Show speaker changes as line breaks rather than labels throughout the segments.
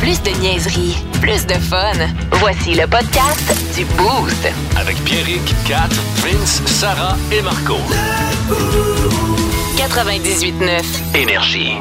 Plus de niaiserie, plus de fun. Voici le podcast du Boost.
Avec Pierrick, Kat, Vince, Sarah et Marco.
98.9.
Énergie.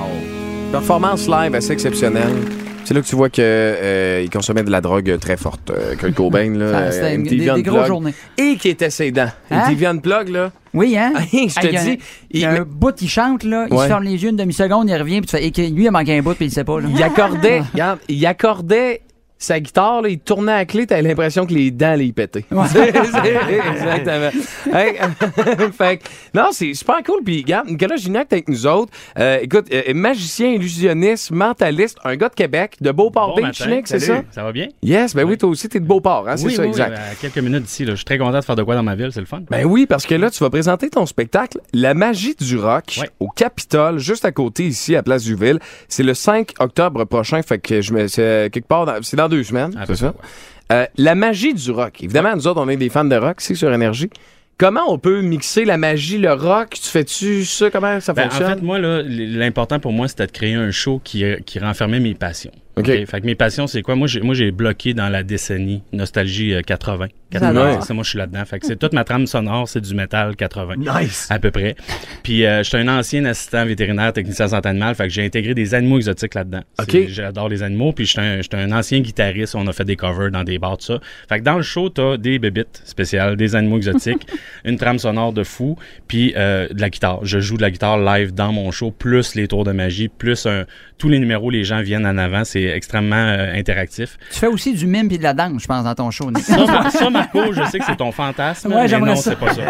Performance live assez exceptionnelle. C'est là que tu vois que euh, il consommait de la drogue très forte. Euh, Kurt Cobain, là,
Ça,
euh,
c'était une-
MTV
des- des
Unplugged.
grosses journées.
Et qui était ses dents.
Hein?
MTV Unplugged, là.
Oui, hein?
Hey, je te
Ah, il y a
dis,
un- Il y a
il-
un bout, il chante, là, il
Ouais.
se ferme les yeux une demi-seconde, il revient, puis tu fais, et que lui, il a manqué un bout, puis il sait pas, là.
Il accordait, regarde, il accordait sa guitare, là, il tournait à clé, t'avais l'impression que les dents allaient y péter. C'est- c'est- Exactement. Hey, euh, fait que, non, c'est super cool. Puis, regarde, Nicolas Gignac est avec nous autres. Euh, écoute, euh, magicien, illusionniste, mentaliste, un gars de Québec, de Beauport
Bon
Beach,
matin,
Nick, c'est ça?
salut, Ça va bien?
Yes, ben oui, toi aussi, t'es de Beauport, hein, c'est
oui,
ça,
oui, ben,
exact.
oui, à quelques minutes d'ici. là. Je suis très content de faire de quoi dans ma ville, c'est le fun.
Ben oui, parce que là, tu vas présenter ton spectacle La magie du rock
Ouais.
au Capitole, juste à côté ici, à Place du Ville. C'est le 5 octobre prochain, fait que je me, c'est euh, quelque part, dans- c'est dans deux semaines,
À
c'est
peu
ça?
près,
Euh, la magie du rock. Évidemment, nous autres, on est des fans de rock, c'est sur Énergie. Comment on peut mixer la magie, le rock? Tu fais-tu ça? Comment ça
Ben, en
fonctionne?
fait, moi, là, l'important pour moi, c'était de créer un show qui, qui renfermait mes passions.
OK.
OK? Fait que mes passions, c'est quoi? Moi, j'ai, moi, j'ai bloqué dans la décennie nostalgie euh, 80. 80
J'adore.
c'est ça, moi, je suis là-dedans. Fait que c'est toute ma trame sonore, c'est du métal 80. Nice! À peu près. Puis, euh, je suis un ancien assistant vétérinaire, technicien en santé animale. Fait que j'ai intégré des animaux exotiques là-dedans.
OK.
C'est- J'adore les animaux. Puis, je suis un, je suis un ancien guitariste. On a fait des covers dans des bars, tout ça. Fait que dans le show, t'as des bébites spéciales, des animaux exotiques, une trame sonore de fou, puis euh, de la guitare. Je joue de la guitare live dans mon show, plus les tours de magie, plus un- tous les numéros, les gens viennent en avant. C'est extrêmement euh, interactif.
Tu fais aussi du mime puis de la danse, je pense, dans ton show, Nick.
Ça, Mar- ça, Marco, je sais que c'est ton fantasme,
Ouais,
mais
j'aimerais
non,
ça.
c'est pas ça.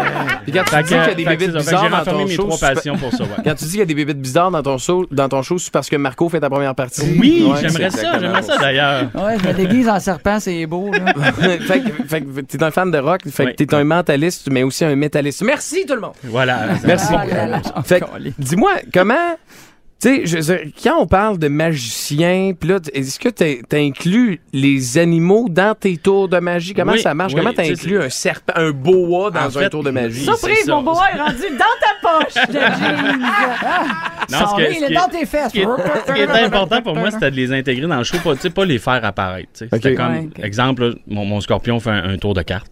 Regarde, tu
Fait
dis
que,
qu'il y a
fait
des
que
bébites
c'est ça. Fait que
bizarres
J'ai
dans
renfermé
ton
mes
show,
trois
c'est pas-
passions pour ça, ouais.
Quand tu dis qu'il y a des bébites bizarres dans ton show, dans ton show c'est parce que Marco fait ta première partie.
Oui,
Ouais,
j'aimerais
c'est
ça, j'aimerais ça
exactement
d'ailleurs.
Ouais, je me déguise en serpent, c'est beau, là.
fait que, fait que t'es un fan de rock, fait
Oui.
que t'es un mentaliste, mais aussi un métalliste. Merci tout le monde!
Voilà.
Merci.
Ah là là.
Fait que,
Calé.
dis-moi, comment. Tu sais, je veux dire, quand on parle de magicien, puis là, t- est-ce que t'in- t'inclus les animaux dans tes tours de magie? Comment
Oui,
ça marche?
oui,
Comment
tu sais,
t'inclus un serpent, un boa dans
En
un
fait,
tour de magie?
ça, Surprise, mon boa
est rendu dans ta poche de jeans.
Non, ce que- ce
il est
qui
dans
est-
tes fesses.
Ce qui est- ce qui était important pour moi, c'était de les intégrer dans le show, pas, tu sais, pas les faire apparaître. tu sais. C'était comme,
Ouais, ok.
exemple, là, mon, mon scorpion fait un, un tour de carte.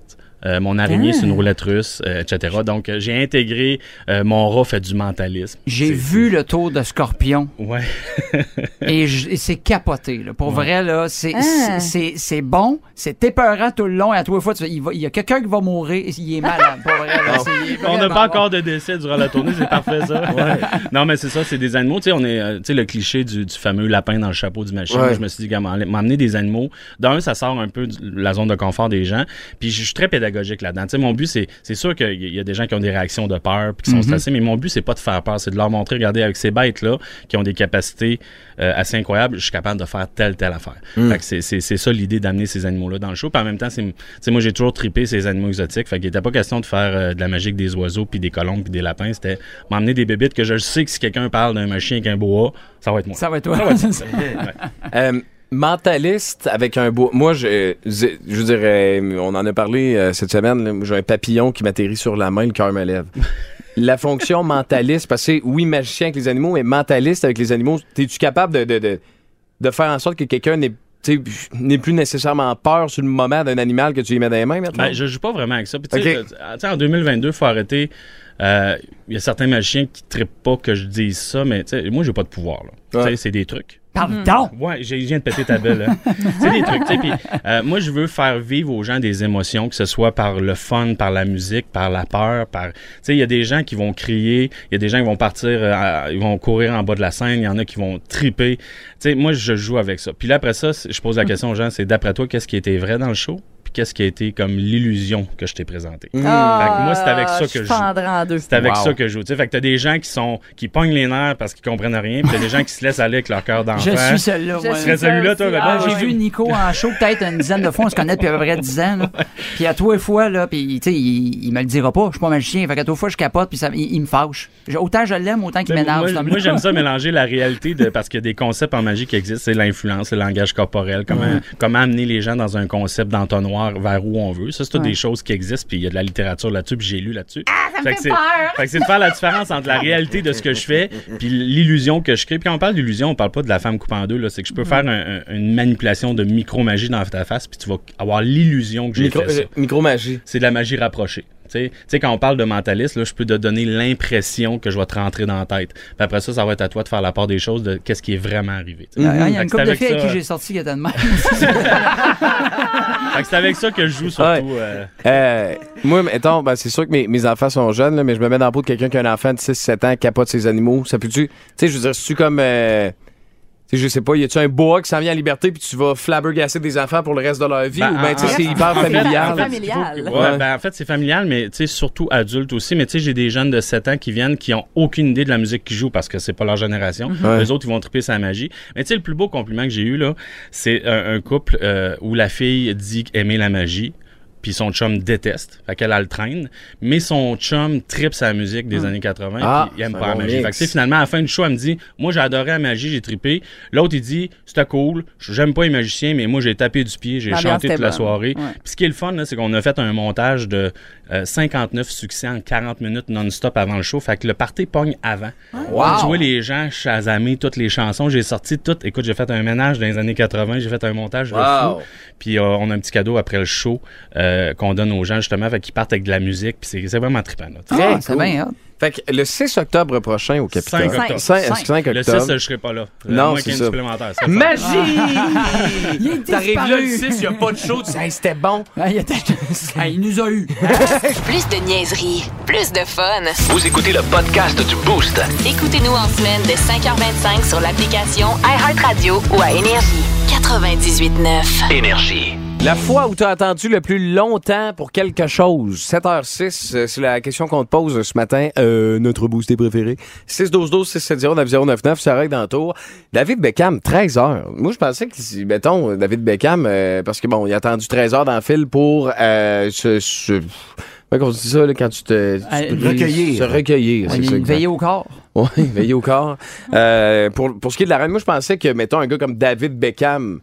Euh, mon
Ah.
araignée, c'est une roulette russe, euh, etc. Donc, euh, j'ai intégré euh, mon rat fait du mentalisme.
J'ai
C'est-
vu le tour de Scorpion
Ouais.
et, je- et c'est capoté. Là. Pour vrai, là, c'est c'est- c'est- c'est bon, c'est épeurant tout le long et à tous les fois, tu fais, il, va- il y a quelqu'un qui va mourir et il est malade. Pour vrai, là, c'est- il est
On n'a
vraiment
pas
bon.
encore de décès durant la tournée, c'est parfait ça. Non, mais c'est ça, c'est des animaux. Tu sais, on est, euh, tu sais, le cliché du, du fameux lapin dans le chapeau du machin.
Ouais.
Moi, Je me suis dit, gars, m'en- m'emmener des animaux. D'un, ça sort un peu de la zone de confort des gens. Puis je suis très pédagogique là-dedans. Tu sais, mon but, c'est, c'est sûr qu'il y a des gens qui ont des réactions de peur, puis qui sont stressés, mais mon but, c'est pas de faire peur, c'est de leur montrer, regardez, avec ces bêtes-là, qui ont des capacités euh, assez incroyables, je suis capable de faire telle, telle affaire.
Mm.
Fait que c'est, c'est, c'est ça l'idée d'amener ces animaux-là dans le show. Puis en même temps, c'est, tu sais, moi, j'ai toujours trippé ces animaux exotiques. Fait qu'il n'était pas question de faire euh, de la magie avec des oiseaux, puis des colombes, puis des lapins. C'était m'emmener des bébites que je sais que si quelqu'un parle d'un machin avec un boa, ça va être moi.
Ça va être toi.
Ouais.
Euh, mentaliste avec un boa. Moi, je, je, je dirais, on en a parlé euh, cette semaine, là, j'ai un papillon qui m'atterrit sur la main, le cœur me lève. La fonction mentaliste, parce que c'est, oui, magicien avec les animaux, mais mentaliste avec les animaux, es-tu capable de, de, de, de faire en sorte que quelqu'un n'ait tu sais, n'ait plus nécessairement peur sur le moment d'un animal que tu lui mets dans les mains, maintenant?
Ben, je joue pas vraiment avec ça. Puis, tu sais,
Ok.
euh, tu sais, en 2022, faut arrêter. Euh, Il y a certains magiciens qui trippent pas que je dise ça, mais tu sais, moi, j'ai pas de pouvoir. là. Tu sais,
Ouais.
C'est des trucs.
Pardon!
Ouais, j'ai- je viens de péter ta belle. là. c'est des trucs, tu sais. puis, euh, moi, je veux faire vivre aux gens des émotions, que ce soit par le fun, par la musique, par la peur, par. Tu sais, il y a des gens qui vont crier, il y a des gens qui vont partir, euh, à- ils vont courir en bas de la scène, il y en a qui vont triper.
Mm.
Tu sais, moi, je joue avec ça. Puis là, après ça, c'est- je pose la question aux gens, c'est d'après toi, qu'est-ce qui était vrai dans le show? Puis puis qu'est-ce qui a été comme l'illusion que je t'ai présentée.
Ah,
Fait que moi, c'est avec ça que
je
je-
pendrais en deux.
C'est avec
Wow.
ça que je joue. Tu sais, Fait que t'as des gens qui sont qui pognent les nerfs parce qu'ils comprennent rien, puis t'as des gens qui se laissent aller avec leur cœur d'enfant.
Hein? Je suis celle-là.
Je
moi.
suis
serais celui-là, toi,
aussi.
Robert.
Ah,
Ah,
j'ai
ouais.
vu Nico en show peut-être une dizaine de fois, on se connaît depuis à peu près dix ans. là. Puis à toi fois, là, puis tu sais, il, il me le dira pas, je suis pas magicien. Fait qu'à toi fois, je capote, puis ça, il, il me fâche. Je- Autant je l'aime, autant
T'sais,
qu'il m'énerve. cet
Moi,
homme-là.
moi, j'aime ça mélanger la réalité de, parce qu'il y a des concepts en magie qui existent. C'est l'influence, le langage corporel, comment, comment amener les gens dans un concept d'entonnoir vers où on veut. Ça, c'est toutes des choses qui existent. Puis il y a de la littérature là-dessus, puis j'ai lu là-dessus.
Ah, ça me
Fait que
fait
c'est-
peur.
fait que c'est de faire la différence entre la réalité de ce que je fais puis l'illusion que je crée. Puis quand on parle d'illusion, on parle pas de la femme coupée en deux. là. C'est que je peux faire un- un- une manipulation de micro-magie dans ta face, puis tu vas avoir l'illusion que j'ai
Micro,
fait ça
euh, micro-magie.
c'est de la magie rapprochée. Tu sais- tu sais, quand on parle de mentaliste, là, je peux te donner l'impression que je vais te rentrer dans la tête. Puis après ça, ça va être à toi de faire la part des choses de qu'est-ce qui est vraiment arrivé. tu sais.
Mm-hmm.
Ah, Il y
Mm-hmm. Fait
a une
que
couple
c'est
de filles
avec
avec qui
ça-
j'ai sorti il y a tellement.
Fait que c'est avec ça que je joue surtout.
Ouais.
euh,
Euh, moi, mettons, ben, c'est sûr que mes, mes enfants sont jeunes, là, mais je me mets dans la peau de quelqu'un qui a un enfant de 6-7 ans, capote ses animaux. Ça peut-tu. Tu sais, je veux dire, c'est-tu comme. euh, tu sais, je sais pas, y a-tu un boa qui s'en vient en liberté puis tu vas flabbergasser des enfants pour le reste de leur vie?
Ben,
ou ben, tu sais,
en-
c'est hyper
en fait,
familial.
en fait,
Familial.
il faut que-
Ouais.
Ouais, ben, en fait, c'est familial, mais tu sais, surtout adulte aussi. Mais tu sais, j'ai des jeunes de 7 ans qui viennent qui ont aucune idée de la musique qu'ils jouent parce que c'est pas leur génération.
Mhm. Ouais.
Les autres, ils vont triper sa magie. Mais tu sais, le plus beau compliment que j'ai eu, là, c'est un, un couple euh, où la fille dit aimer la magie. Puis son chum déteste, fait qu'elle elle le traîne, mais son chum tripe sa musique des années 80,
Ah,
puis il aime
c'est
pas
un
la
bon
magie.
mix.
Fait que, tu sais, finalement, à la fin du show, elle me dit Moi, j'ai adoré la magie, j'ai trippé. L'autre, il dit C'était cool, j'aime pas les magiciens, mais moi, j'ai tapé du pied, j'ai
Ben,
L'ambiance
chanté toute
était
la
bonne.
soirée.
Ouais.
Puis ce qui est le fun, là, c'est qu'on a fait un montage de euh, 59 succès en 40 minutes non-stop avant le show. Fait que le party pogne avant. Tu vois les gens chasamer toutes les chansons. J'ai sorti toutes. Écoute, j'ai fait un ménage dans les années 80. J'ai fait un montage de
Wow.
fou. Puis euh, on a un petit cadeau après le show euh, qu'on donne aux gens justement. Fait qu'ils partent avec de la musique. Puis c'est c'est vraiment trippant. là, tu sais.
Très
Ah, c'est
cool.
bien, hein.
Fait que le 6 octobre prochain au Capitole.
Cinq octobre.
Cinq-
Cinq.
est-ce que cinq
Le 6,
octobre.
je serai pas là. Euh,
Non,
moins
c'est
qu'il y ait une
ça.
supplémentaire. ça.
Magie! T'arrives là
disparu.
le 6, y a pas de show, tu dis, hey, c'était bon.
Ah, il, était- Ah, il nous a eu.
Plus de niaiserie, plus de fun.
Vous écoutez le podcast du Boost.
Écoutez-nous en semaine de 5h25 sur l'application iHeartRadio ou à Énergie. 98.9.
Énergie.
La fois où tu as attendu le plus longtemps pour quelque chose, 7h06, euh, c'est la question qu'on te pose euh, ce matin, euh, notre boosté préféré. 6 12 12 6 7 0 9 0 9 9, ça règle dans le tour. David Beckham, 13 h Moi, je pensais que, si- mettons, euh, David Beckham, euh, parce que bon, il a attendu 13 h dans le fil pour euh, se... se- Comment on dit ça, là, quand tu te... tu
Euh,
te-
recueillir.
Se recueillir, c'est ça.
Il
exact.
veillait au corps.
Oui, veiller au corps. Euh, pour, pour ce qui est de la reine, moi, je pensais que, mettons, un gars comme David Beckham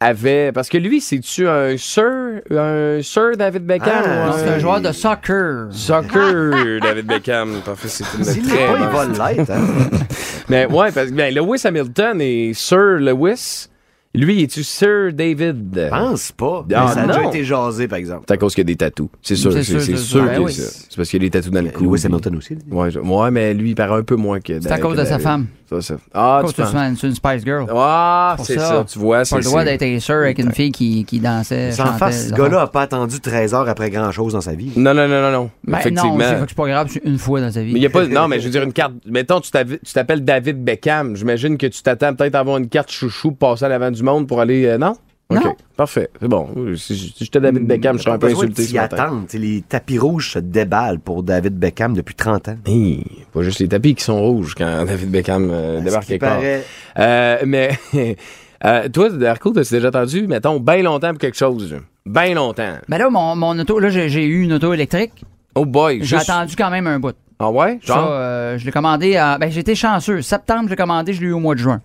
avait. Parce que lui, c'est-tu un Sir, un Sir David Beckham?
Ah,
Non,
ou
C'est un joueur de soccer.
Soccer, David Beckham. Parfait, c'est une
S'il
très
l'est pas, il
bonne-
va l'être. hein.
Mais ouais, parce que ben, Lewis Hamilton et Sir Lewis, lui, est tu Sir David?
Je pense pas. Mais
Ah,
ça a déjà
non.
été jasé, par exemple.
C'est à cause qu'il y a des tatous. C'est sûr,
C'est
c'est
sûr,
c'est
c'est
sûr
sûr.
qu'il y a
Ben oui.
ça. C'est parce qu'il y a des tatous dans le cou.
Euh, Lewis Hamilton aussi.
Ouais, je- ouais, mais lui, il paraît un peu moins que
C'est à cause de sa femme.
Ça, ça. Ah,
À cause
tu
de
penses?
ça, c'est une Spice Girl.
Ah,
Pour
c'est
ça,
ça, tu vois.
Pas
c'est
le droit
c'est-
d'être un sir avec une fille qui, qui dansait.
Sans
chantait,
face, ce
là.
gars-là n'a pas attendu 13 heures après grand-chose dans sa vie.
Non, non, non, non, non.
Ben
Effectivement.
non, c'est pas que c'est pas grave, c'est une fois dans sa vie.
mais il y a pas. Non, mais je veux dire, une carte. Mettons, tu t'av- tu t'appelles David Beckham. J'imagine que tu t'attends peut-être à avoir une carte chouchou pour passer à l'avant du monde pour aller. euh, non?
Non.
OK. Parfait. C'est bon. Si si j'étais
Hmm,
David Beckham, je serais un peu insulté ce
Il
matin.
attend. Les tapis rouges se déballent pour David Beckham depuis 30 ans.
Hey, pas juste les tapis qui sont rouges quand David Beckham euh, débarque
Ben, Ce qui
quelque part.
paraît-
Euh, mais euh, toi, Darko, t'as déjà attendu, mettons, bien longtemps pour quelque chose. Bien longtemps.
Mais là, mon, mon auto, là, j'ai j'ai eu une auto électrique.
Oh boy.
J'ai
juste-
attendu quand même un bout.
Ah ouais?
Ça,
Genre?
euh, je l'ai commandé à. Ben, j'étais chanceux. Septembre, je l'ai commandé, je l'ai eu au mois de juin.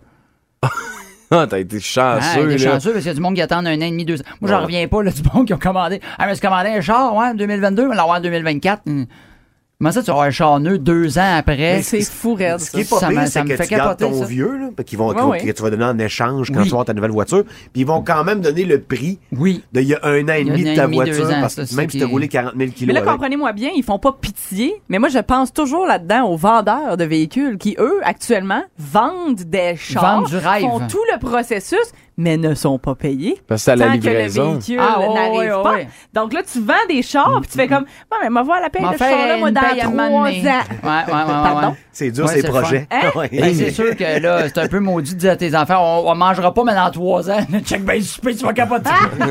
Ah, t'as été chanceux,
j'étais
là.
chanceux parce qu'il y a du monde qui attend un an et demi, deux ans. Moi, j'en
Ouais.
reviens pas, là, du monde qui ont commandé. Ah, mais c'est commandé un char, ouais, en 2022, on va l'avoir en 2024. Hum. Comment ça, tu auras un char neuf deux ans après?
Mais c'est fou, raide.
Ce qui est pas
Ça
pire,
m'a- ça
c'est
me
que
fait
tu gardes
capoter,
ton
ça.
vieux, là, puis qu'ils vont,
Ouais,
qu'ils vont-
ouais.
que tu vas donner en échange quand
Oui.
tu vas avoir ta nouvelle voiture, puis ils vont quand même donner le prix
Oui.
d'il y a un an et
Il y
demi
a un an
de
et
ta
demi, deux
voiture,
ans,
parce
ça, c'est
que même si tu as
ça qui-
roulé 40 000
Mais
kilos.
là,
avec.
comprenez-moi bien, ils font pas pitié. Mais moi, je pense toujours là-dedans aux vendeurs de véhicules qui, eux, actuellement, vendent des chars.
Vendent du rêve.
Font tout le processus, mais ne sont pas payés.
Parce que c'est à la
tant
livraison.
que le véhicule
Ah, ouais,
n'arrive
ouais,
pas.
ouais.
Donc là, tu vends des chars, puis tu fais comme, bon, mais moi, voilà la paye
M'en
de ce char-là,
faire
moi,
une
dans
paye à un moment
trois
donné.
ans.
Ouais, ouais, ouais, ouais,
Pardon?
ouais.
C'est dur,
Ouais,
ces
c'est
projets.
le fun.
Ouais.
Ben, c'est sûr que là, c'est un peu maudit de dire à tes enfants, on, on mangera pas, mais dans trois ans, check ben le souper, tu vas capoter.
Ah!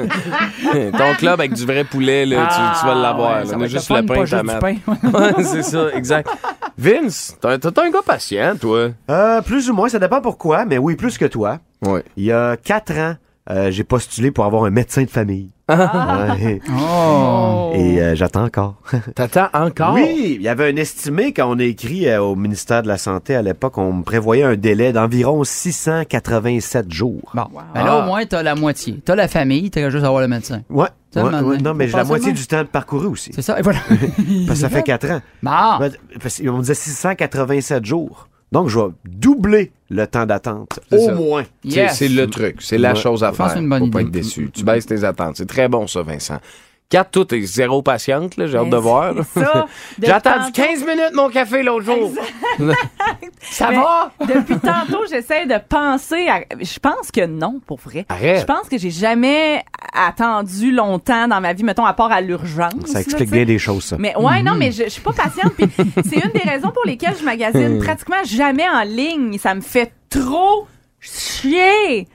Ton club avec du vrai poulet, là, tu, tu vas l'avoir.
Ah, ouais,
là.
ça
On
va
a
être
juste
le fun,
le pain
pas
et ta
juste
mat.
du pain.
Ouais, c'est ça, exact. Vince, t'es un, t'es un gars patient, toi.
Euh, plus ou moins, ça dépend pourquoi, mais oui, plus que toi.
Oui.
Il y a quatre ans, euh, j'ai postulé pour avoir un médecin de famille.
Ah!
Ouais.
Oh.
Et euh, j'attends encore.
T'attends encore?
Oui, il y avait un estimé quand on a écrit euh, au ministère de la Santé à l'époque, on me prévoyait un délai d'environ 687 jours.
Bon. Ben là, au moins, t'as la moitié. T'as la famille, t'as juste à avoir le médecin.
Ah. Ouais, ouais,
Ça, maintenant,
ouais, non, mais
faut
j'ai la
passer
moitié
demain.
du temps de parcouru aussi.
C'est ça, et voilà.
Ah. Parce que ça fait quatre ans.
Bon.
Ouais, Parce qu'on me disait 687 jours. Donc, je vais doubler le temps d'attente.
C'est
Au
ça.
moins.
C'est-
Yes.
C'est le truc. C'est la
Ouais.
chose à
Je pense
faire.
que c'est une bonne
Faut pas
idée.
être déçu. Tu baisses tes attentes. C'est très bon, ça, Vincent. 4, tout est zéro patiente, là. J'ai hâte de
Mais
voir. là.
c'est ça.
J'ai attendu
Depuis
15 minutes mon café l'autre jour.
Ça
Mais-
va?
Depuis tantôt, j'essaie de penser à. Je pense que non, pour vrai.
Arrête.
Je pense que j'ai jamais attendu longtemps dans ma vie, mettons, à part à l'urgence.
Ça
là,
explique
tu sais.
bien des choses, ça. Mhm.
Mais ouais, non, mais je, je suis pas patiente. puis c'est une des raisons pour lesquelles je magasine
Hmm.
pratiquement jamais en ligne. Ça me fait trop chier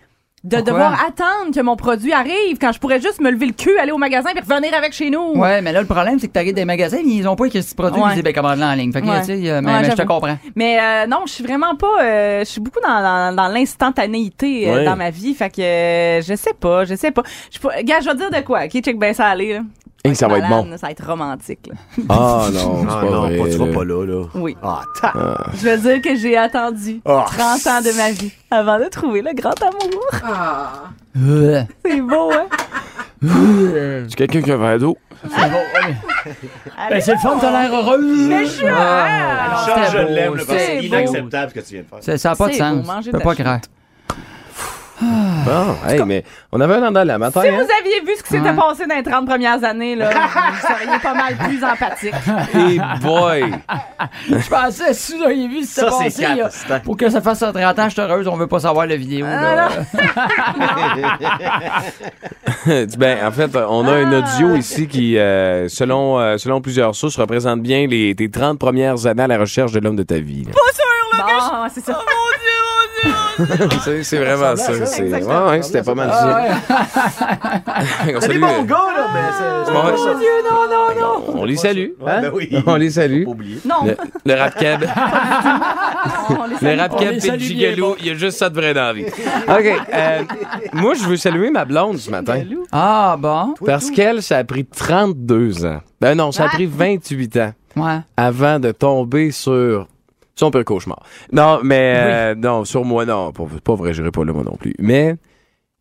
de
Pourquoi?
devoir attendre que mon produit arrive quand je pourrais juste me lever le cul, aller au magasin puis revenir avec chez nous.
Ouais, mais là, le problème, c'est que t'arrives des magasins, ils ont pas écrit ce produit,
Ouais.
ils disent, ben, commande-le en ligne. Fait que,
Ouais.
tu sais, euh, mais,
Ouais,
mais je te
j'avoue.
comprends.
Mais euh, non, je suis vraiment pas. euh, je suis beaucoup dans, dans, dans l'instantanéité euh,
Ouais.
dans ma vie. Fait que euh, je sais pas, je sais pas. Je suis pas- Gars, je vais te dire de quoi. Ok, check ben ça aller. là.
Et ça va être
Malade,
bon.
là, Ça va être romantique. là.
Ah non, c'est
Ah,
pas
non,
vrai,
pas, tu vas
là.
pas là, là.
Oui.
Ah, ta-
Je veux dire que j'ai attendu
Oh.
Ah.
30 ans de ma vie avant de trouver le grand amour.
Euh,
C'est beau, hein?
C'est quelqu'un qui a un verre d'eau.
Ah.
c'est bon. Ben, c'est le fun, t'as l'air heureux.
Mais je suis
Ah,
heureuse.
c'était
Ça, je
beau,
l'aime, là, parce que
c'était
c'est
beau.
inacceptable ce que tu viens de faire.
Ça ça a pas de
C'est
sens.
beau, manger de
T'as
la
pas
chenoute.
craindre.
Bon, hey, mais on avait un andal à matin.
Si
hein?
vous aviez vu ce qui s'était
Ouais.
passé dans les 30 premières années, là, vous seriez pas mal plus empathique.
Hey boy!
Je pensais, si vous aviez vu ce qui s'est
Ça, c'est
passé, là,
catastrophé.
pour que ça fasse 30 ans, je suis heureuse, on veut pas savoir la vidéo. là.
ben, en fait, on a un audio ici qui, euh, selon, euh, selon plusieurs sources, représente bien les, tes 30 premières années à la recherche de l'homme de ta vie. là.
Bon, c'est ça.
C'est c'est vraiment ça. c'est- Ouais, ouais, c'était pas mal
Ah,
ça. On
C'est des
salue,
bons
euh,
gars, là, mais c'est...
Ouais.
c'est pas ça.
Non, non, non.
On les salue.
Ouais,
hein?
ben oui.
On les
Faut
salue.
pas oublier.
Non,
Le, le rap cab.
on les
Le
salue.
rap
On
cab pis
les
le
salue bien
gigolo. Il y a juste ça de vrai dans la vie. OK. euh, moi, je veux saluer ma blonde ce matin.
Ah, bon?
Parce qu'elle, ça a pris 32 ans. Ben non, ça a pris 28 ans
Ouais.
avant de tomber sur son pire cauchemar. Non, mais euh, non, sur moi, non. Pour, pas vrai, j'irai pas là, moi non plus. Mais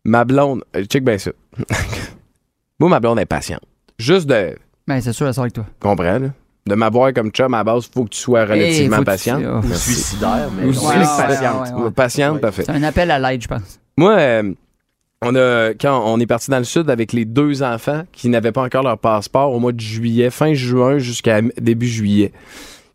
ma blonde, euh, check bien ça. moi, ma blonde est patiente. Juste de
Ben, c'est sûr, elle sort avec toi.
comprends, là. De m'avoir comme chum à la base, Eh, faut que tu sois relativement patient.
Ou suicidaire, mais...
Ou
non.
ouais,
suicidaire.
ouais, ouais, ouais.
Patiente, parfait.
C'est un appel à l'aide, je pense.
Moi, euh, on a, quand on est parti dans le sud avec les deux enfants qui n'avaient pas encore leur passeport au mois de juillet, fin juin jusqu'à m- début juillet.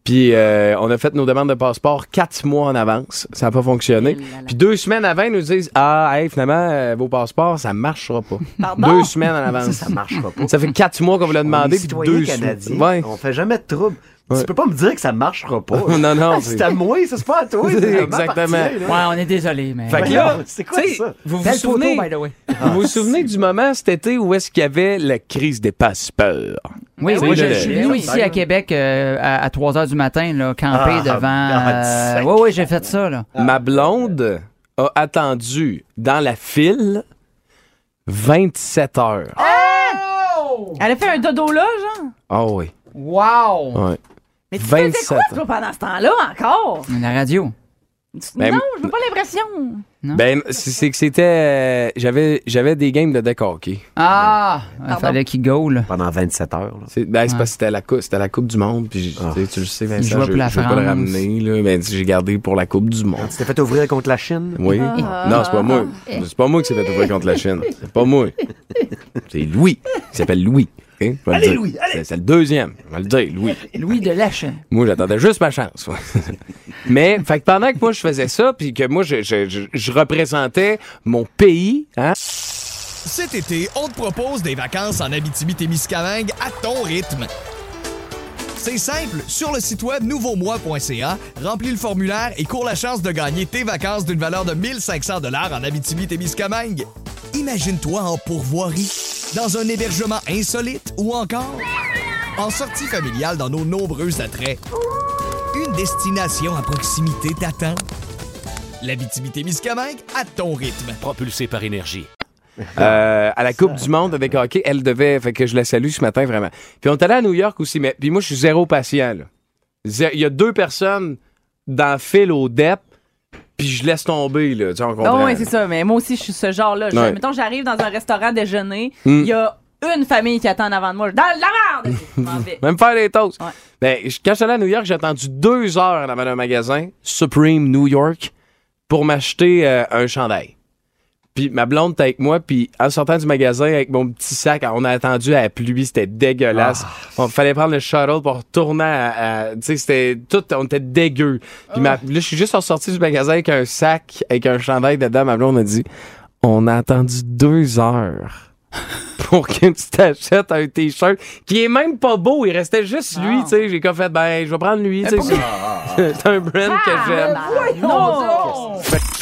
Puis euh, on a fait nos demandes de passeport quatre mois en avance. Ça n'a pas fonctionné. Puis deux semaines avant, ils nous disent Ah, hey, finalement, euh, vos passeports, ça marchera pas. Deux semaines en avance.
Ça marchera pas.
Ça fait quatre mois qu'on vous l'a
On
demandé.
est
Puis
citoyen
deux
canadien,
semaines. Ouais.
on fait jamais de trouble.
Ouais.
Tu peux pas me dire que ça marchera pas.
non, non. c'est-
C'est à moi, ça c'est pas à toi.
C'est
c'est
exactement.
à ma partie, là.
Ouais, on est désolé, mais.
Fait que là,
Voyons, c'est quoi
tu sais,
ça?
Vous vous
Belle photo,
souvenez,
by the way.
vous vous souvenez du moment cet été où est-ce qu'il y avait la crise des passeports?
Oui,
Ben oui,
moi, je,
le-
je suis
le-
venu ici à Québec euh, à, 3 h du matin, là, camper
Ah, ah,
devant.
sac.
euh, oui, oui, j'ai fait ça, là.
Ah.
Ma blonde a attendu dans la file 27 heures.
Oh!
Elle a fait un dodo là, genre.
Ah oui.
Wow!
Ouais.
Oh. Mais tu faisais
27
quoi, toi, pendant ce temps-là encore?
La radio.
Tu-
Ben,
non, je veux pas l'impression.
Ben, c'est c'est que c'était. euh, J'avais j'avais des games de deck hockey.
Ah!
Ben,
Il
Pardon.
fallait qu'il goal.
Pendant 27 heures. là.
C'est ben, c'est parce que c'était la, coupe- c'était la Coupe du Monde. Puis j'ai-
Ah.
tu sais, tu le sais,
Il
Vincent,
jouait
je
pour la
je veux pas le
France.
ramener. Là, mais j'ai gardé pour la Coupe du Monde.
Tu t'es fait ouvrir contre la Chine?
Oui. Non, c'est pas moi. C'est pas moi qui s'est fait ouvrir contre la Chine. C'est pas moi. C'est Louis. Il s'appelle Louis. OK? Je vais
Allez,
le dire.
Louis, allez!
C'est- C'est le deuxième. Je vais le dire, Louis.
Louis de Lèche.
Moi, j'attendais juste ma chance. Mais, fait que pendant que moi, je faisais ça, puis que moi, je, je- je- je représentais mon pays, hein?
Cet été, on te propose des vacances en Abitibi-Témiscamingue à ton rythme. C'est simple, sur le site web nouveaumois.ca, remplis le formulaire et cours la chance de gagner tes vacances d'une valeur de 1500 dollars en Abitibi-Témiscamingue. Imagine-toi en pourvoirie, dans un hébergement insolite ou encore en sortie familiale dans nos nombreux attraits. Une destination à proximité t'attend. L'Abitibi-Témiscamingue à ton rythme.
Propulsé par énergie.
Euh, à la Coupe du Monde avec hockey, elle devait. Fait que je la salue ce matin, vraiment. Puis on est allé à New York aussi, mais puis moi, je suis zéro patient, là. Zé- Il y a deux personnes dans le fil au DEP, puis je laisse tomber, là. Tu sais, on comprend,
Non, Ah ouais,
là.
c'est ça. Mais moi aussi, je suis ce genre-là. Je-
Ouais.
Mettons, j'arrive dans un restaurant déjeuner, il
Mm.
y a une famille qui attend en avant de moi. Je- Dans la merde! Je m'en vais.
Même faire des toasts.
Ouais.
Ben, je- quand j'étais allé à New York, j'ai attendu deux heures en avant d'un magasin, Supreme New York, pour m'acheter euh, un chandail. Puis ma blonde était avec moi, puis en sortant du magasin avec mon petit sac, on a attendu à la pluie, c'était dégueulasse. On fallait prendre le shuttle pour retourner à... à- tu sais, c'était tout, on était dégueu. Puis ma- là, je suis juste ressorti du magasin avec un sac, avec un chandail dedans. Ma blonde a dit, on a attendu deux heures pour que tu t'achètes un t-shirt qui est même pas beau. Il restait juste lui, tu sais. J'ai comme fait, ben, je vais prendre lui, tu sais. C'est c'est un brand que j'aime.
Non!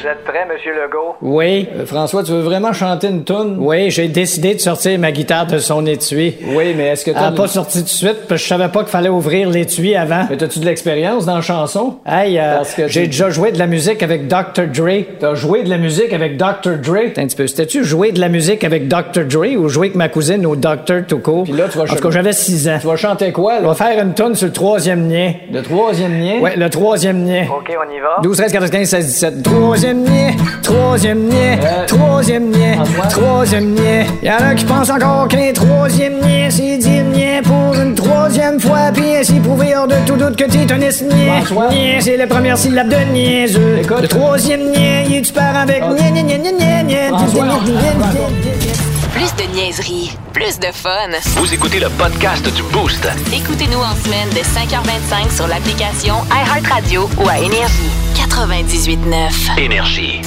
Vous êtes prêt, Monsieur Legault?
Oui. Euh, François, tu veux vraiment chanter une toune? Oui, j'ai décidé de sortir ma guitare de son étui. Oui, mais est-ce que t'as... pas sorti tout de suite, parce que je savais pas qu'il fallait ouvrir l'étui avant. Mais t'as-tu de l'expérience dans la chanson? Hey, euh, j'ai déjà joué de la musique avec Dr. Dre. T'as joué de la musique avec Dr. Dre? Attends Un petit peu, c'était-tu jouer de la musique avec Dr. Dre ou jouer avec ma cousine au Dr. tout court? Puis là, tu vas En tout cas, j'avais 6 ans. Tu vas chanter quoi, là? Je vais faire une toune sur le troisième nien. Le troisième nien? Ouais, le troisième nien.
OK, on y va.
12, 13, 14, 15, 16, 17. Troisième niais, troisième niais, troisième niais, troisième niais. Y'en a qui pensent encore qu'un troisième niais, c'est dix niais pour une troisième fois. Puis ainsi prouver hors de tout doute que t'es un esniais. Niais, c'est la première syllabe de niaiseux. Le troisième niais, il est tu pars avec niais, niais, niais, niais, niais, niais. niais, niais, niais, niais.
Plus de niaiserie, plus de fun.
Vous écoutez le podcast du Boost.
Écoutez-nous en semaine dès 5h25 sur l'application iHeartRadio ou à Énergie. 98.9.
Énergie.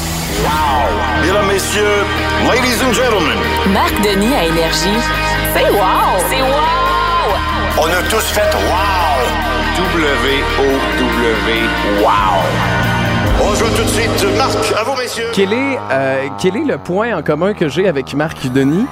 Mesdames, messieurs, ladies and gentlemen,
Marc Denis à Énergie. C'est wow! C'est wow!
on a tous fait wow! W-O-W, wow! On joue tout de suite. Marc, à vous, messieurs.
Quel est, euh, quel est le point en commun que j'ai avec Marc Denis?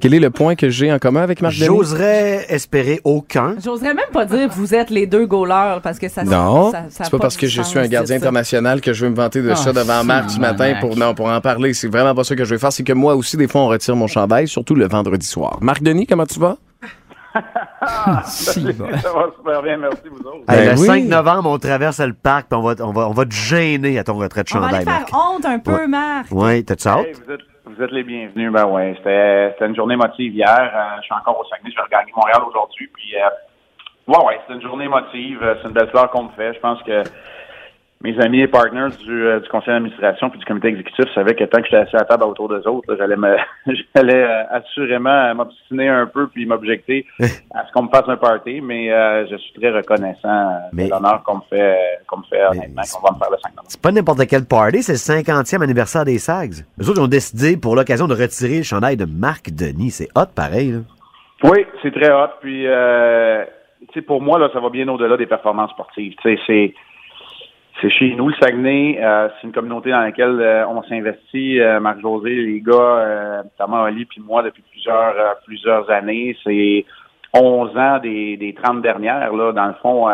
Quel est le point que j'ai en commun avec Marc Denis?
J'oserais espérer aucun.
J'oserais même pas dire vous êtes les deux goalers parce que ça
Non,
ça- ça a
c'est pas parce
de
que je
sens,
suis un gardien
c'est ça. Ah,
international que je vais me vanter de ça devant Marc ce matin pour non pour en parler. C'est vraiment pas ça que je vais faire. C'est que moi aussi, des fois, on retire mon chandail, surtout le vendredi soir. Marc Denis, comment tu vas?
Ça va super bien, merci, vous autres.
Hey,
Ben
le
oui.
5 novembre, on traverse le parc, puis on va, on, va, on va te gêner à ton retrait de
On va aller
chandail,
faire
Marc.
honte un peu, Marc.
Oui, t'as-tu hâte?
Hey, vous, êtes, vous êtes les bienvenus. Ben ouais, c'était c'était une journée motive hier. Euh, je suis encore au Saguenay. Je vais regagner Montréal aujourd'hui. Puis, euh, ouais, ouais, c'est une journée motive. Euh, C'est une belle fleur qu'on me fait. Je pense que mes amis et partners du, euh, du conseil d'administration puis du comité exécutif savaient que tant que j'étais assis à la table autour d'eux autres, là, j'allais me, j'allais euh, assurément m'obstiner un peu puis m'objecter
Eh.
à ce qu'on me fasse un party. Mais euh, je suis très reconnaissant euh,
Mais-
de l'honneur qu'on me fait, euh, qu'on me fait honnêtement, qu'on va me faire le 5 novembre.
C'est pas n'importe quel party, c'est le 50e anniversaire des SAGs. Eux autres, ils ont décidé pour l'occasion de retirer le chandail de Marc Denis. C'est hot, pareil. là.
Oui, c'est très hot. Puis, euh, tu sais, pour moi, là, ça va bien au-delà des performances sportives. Tu sais, c'est c'est chez nous, le Saguenay. euh, c'est une communauté dans laquelle euh, on s'investit. Euh, Marc-José, les gars, euh, notamment Oli puis moi, depuis plusieurs euh, plusieurs années. C'est 11 ans des, des 30 dernières, là, dans le fond, euh,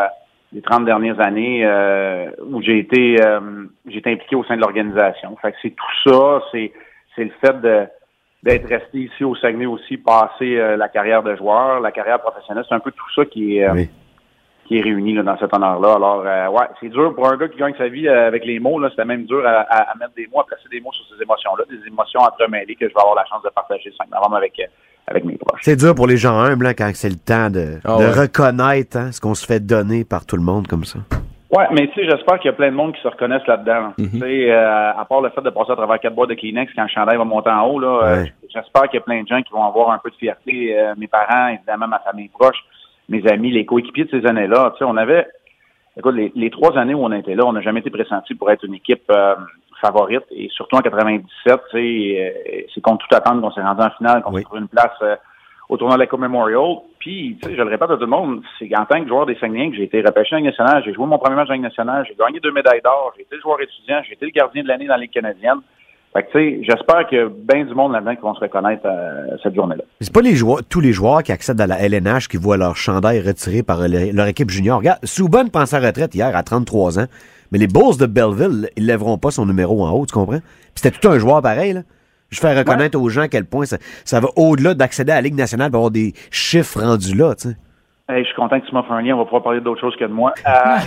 des 30 dernières années euh, où j'ai été, euh, j'ai été impliqué au sein de l'organisation. Fait que c'est tout ça. C'est c'est le fait de d'être resté ici au Saguenay aussi, passer euh, la carrière de joueur, la carrière professionnelle, c'est un peu tout ça qui est, euh,
Oui.
qui est réuni là, dans cet honneur-là. Alors, euh, ouais, c'est dur pour un gars qui gagne sa vie euh, avec les mots, là, c'était même dur à, à- à mettre des mots, à placer des mots sur ses émotions-là, des émotions entremêlées que je vais avoir la chance de partager le 5 novembre avec, euh, avec mes proches.
C'est dur pour les gens humbles hein, quand c'est le temps de,
Ah
de
ouais.
reconnaître hein, ce qu'on se fait donner par tout le monde comme ça.
Ouais, mais tu sais, j'espère qu'il y a plein de monde qui se reconnaissent là-dedans. Tu sais, euh, à part le fait de passer à travers quatre boîtes de Kleenex quand le chandail va monter en haut, là, euh,
Ouais.
j'espère qu'il y a plein de gens qui vont avoir un peu de fierté. Euh, mes parents, évidemment, ma famille proche, mes amis, les coéquipiers de ces années-là. Tu sais, on avait, écoute, les, les trois années où on était là, on n'a jamais été pressenti pour être une équipe euh, favorite. Et surtout en 97, tu sais, euh, c'est contre toute attente qu'on s'est rendu en finale, qu'on s'est trouvé une place euh, au tournoi de la Coupe Memorial. Puis, tu sais, je le répète à tout le monde, c'est en tant que joueur des Saguenayens que j'ai été repêché en Ligue nationale. J'ai joué mon premier match en Ligue nationale. J'ai gagné deux médailles d'or. J'ai été le joueur étudiant. J'ai été le gardien de l'année dans la Ligue canadienne. Fait que, tu sais, j'espère qu'il y a bien du monde là-dedans qui vont se reconnaître euh, cette journée-là.
C'est pas les joueurs, tous les joueurs qui accèdent à la LNH qui voient leur chandail retiré par le- leur équipe junior. Regarde, Souban pensait à retraite hier à 33 ans, mais les Bulls de Belleville, ils lèveront pas son numéro en haut, tu comprends? Puis c'était tout un joueur pareil, là. Je fais reconnaître aux gens à quel point ça, ça va au-delà d'accéder à la Ligue nationale pour avoir des chiffres rendus là, tu sais.
Hey, je suis content que tu m'offres un lien. On va pouvoir parler d'autre chose que de moi. Euh,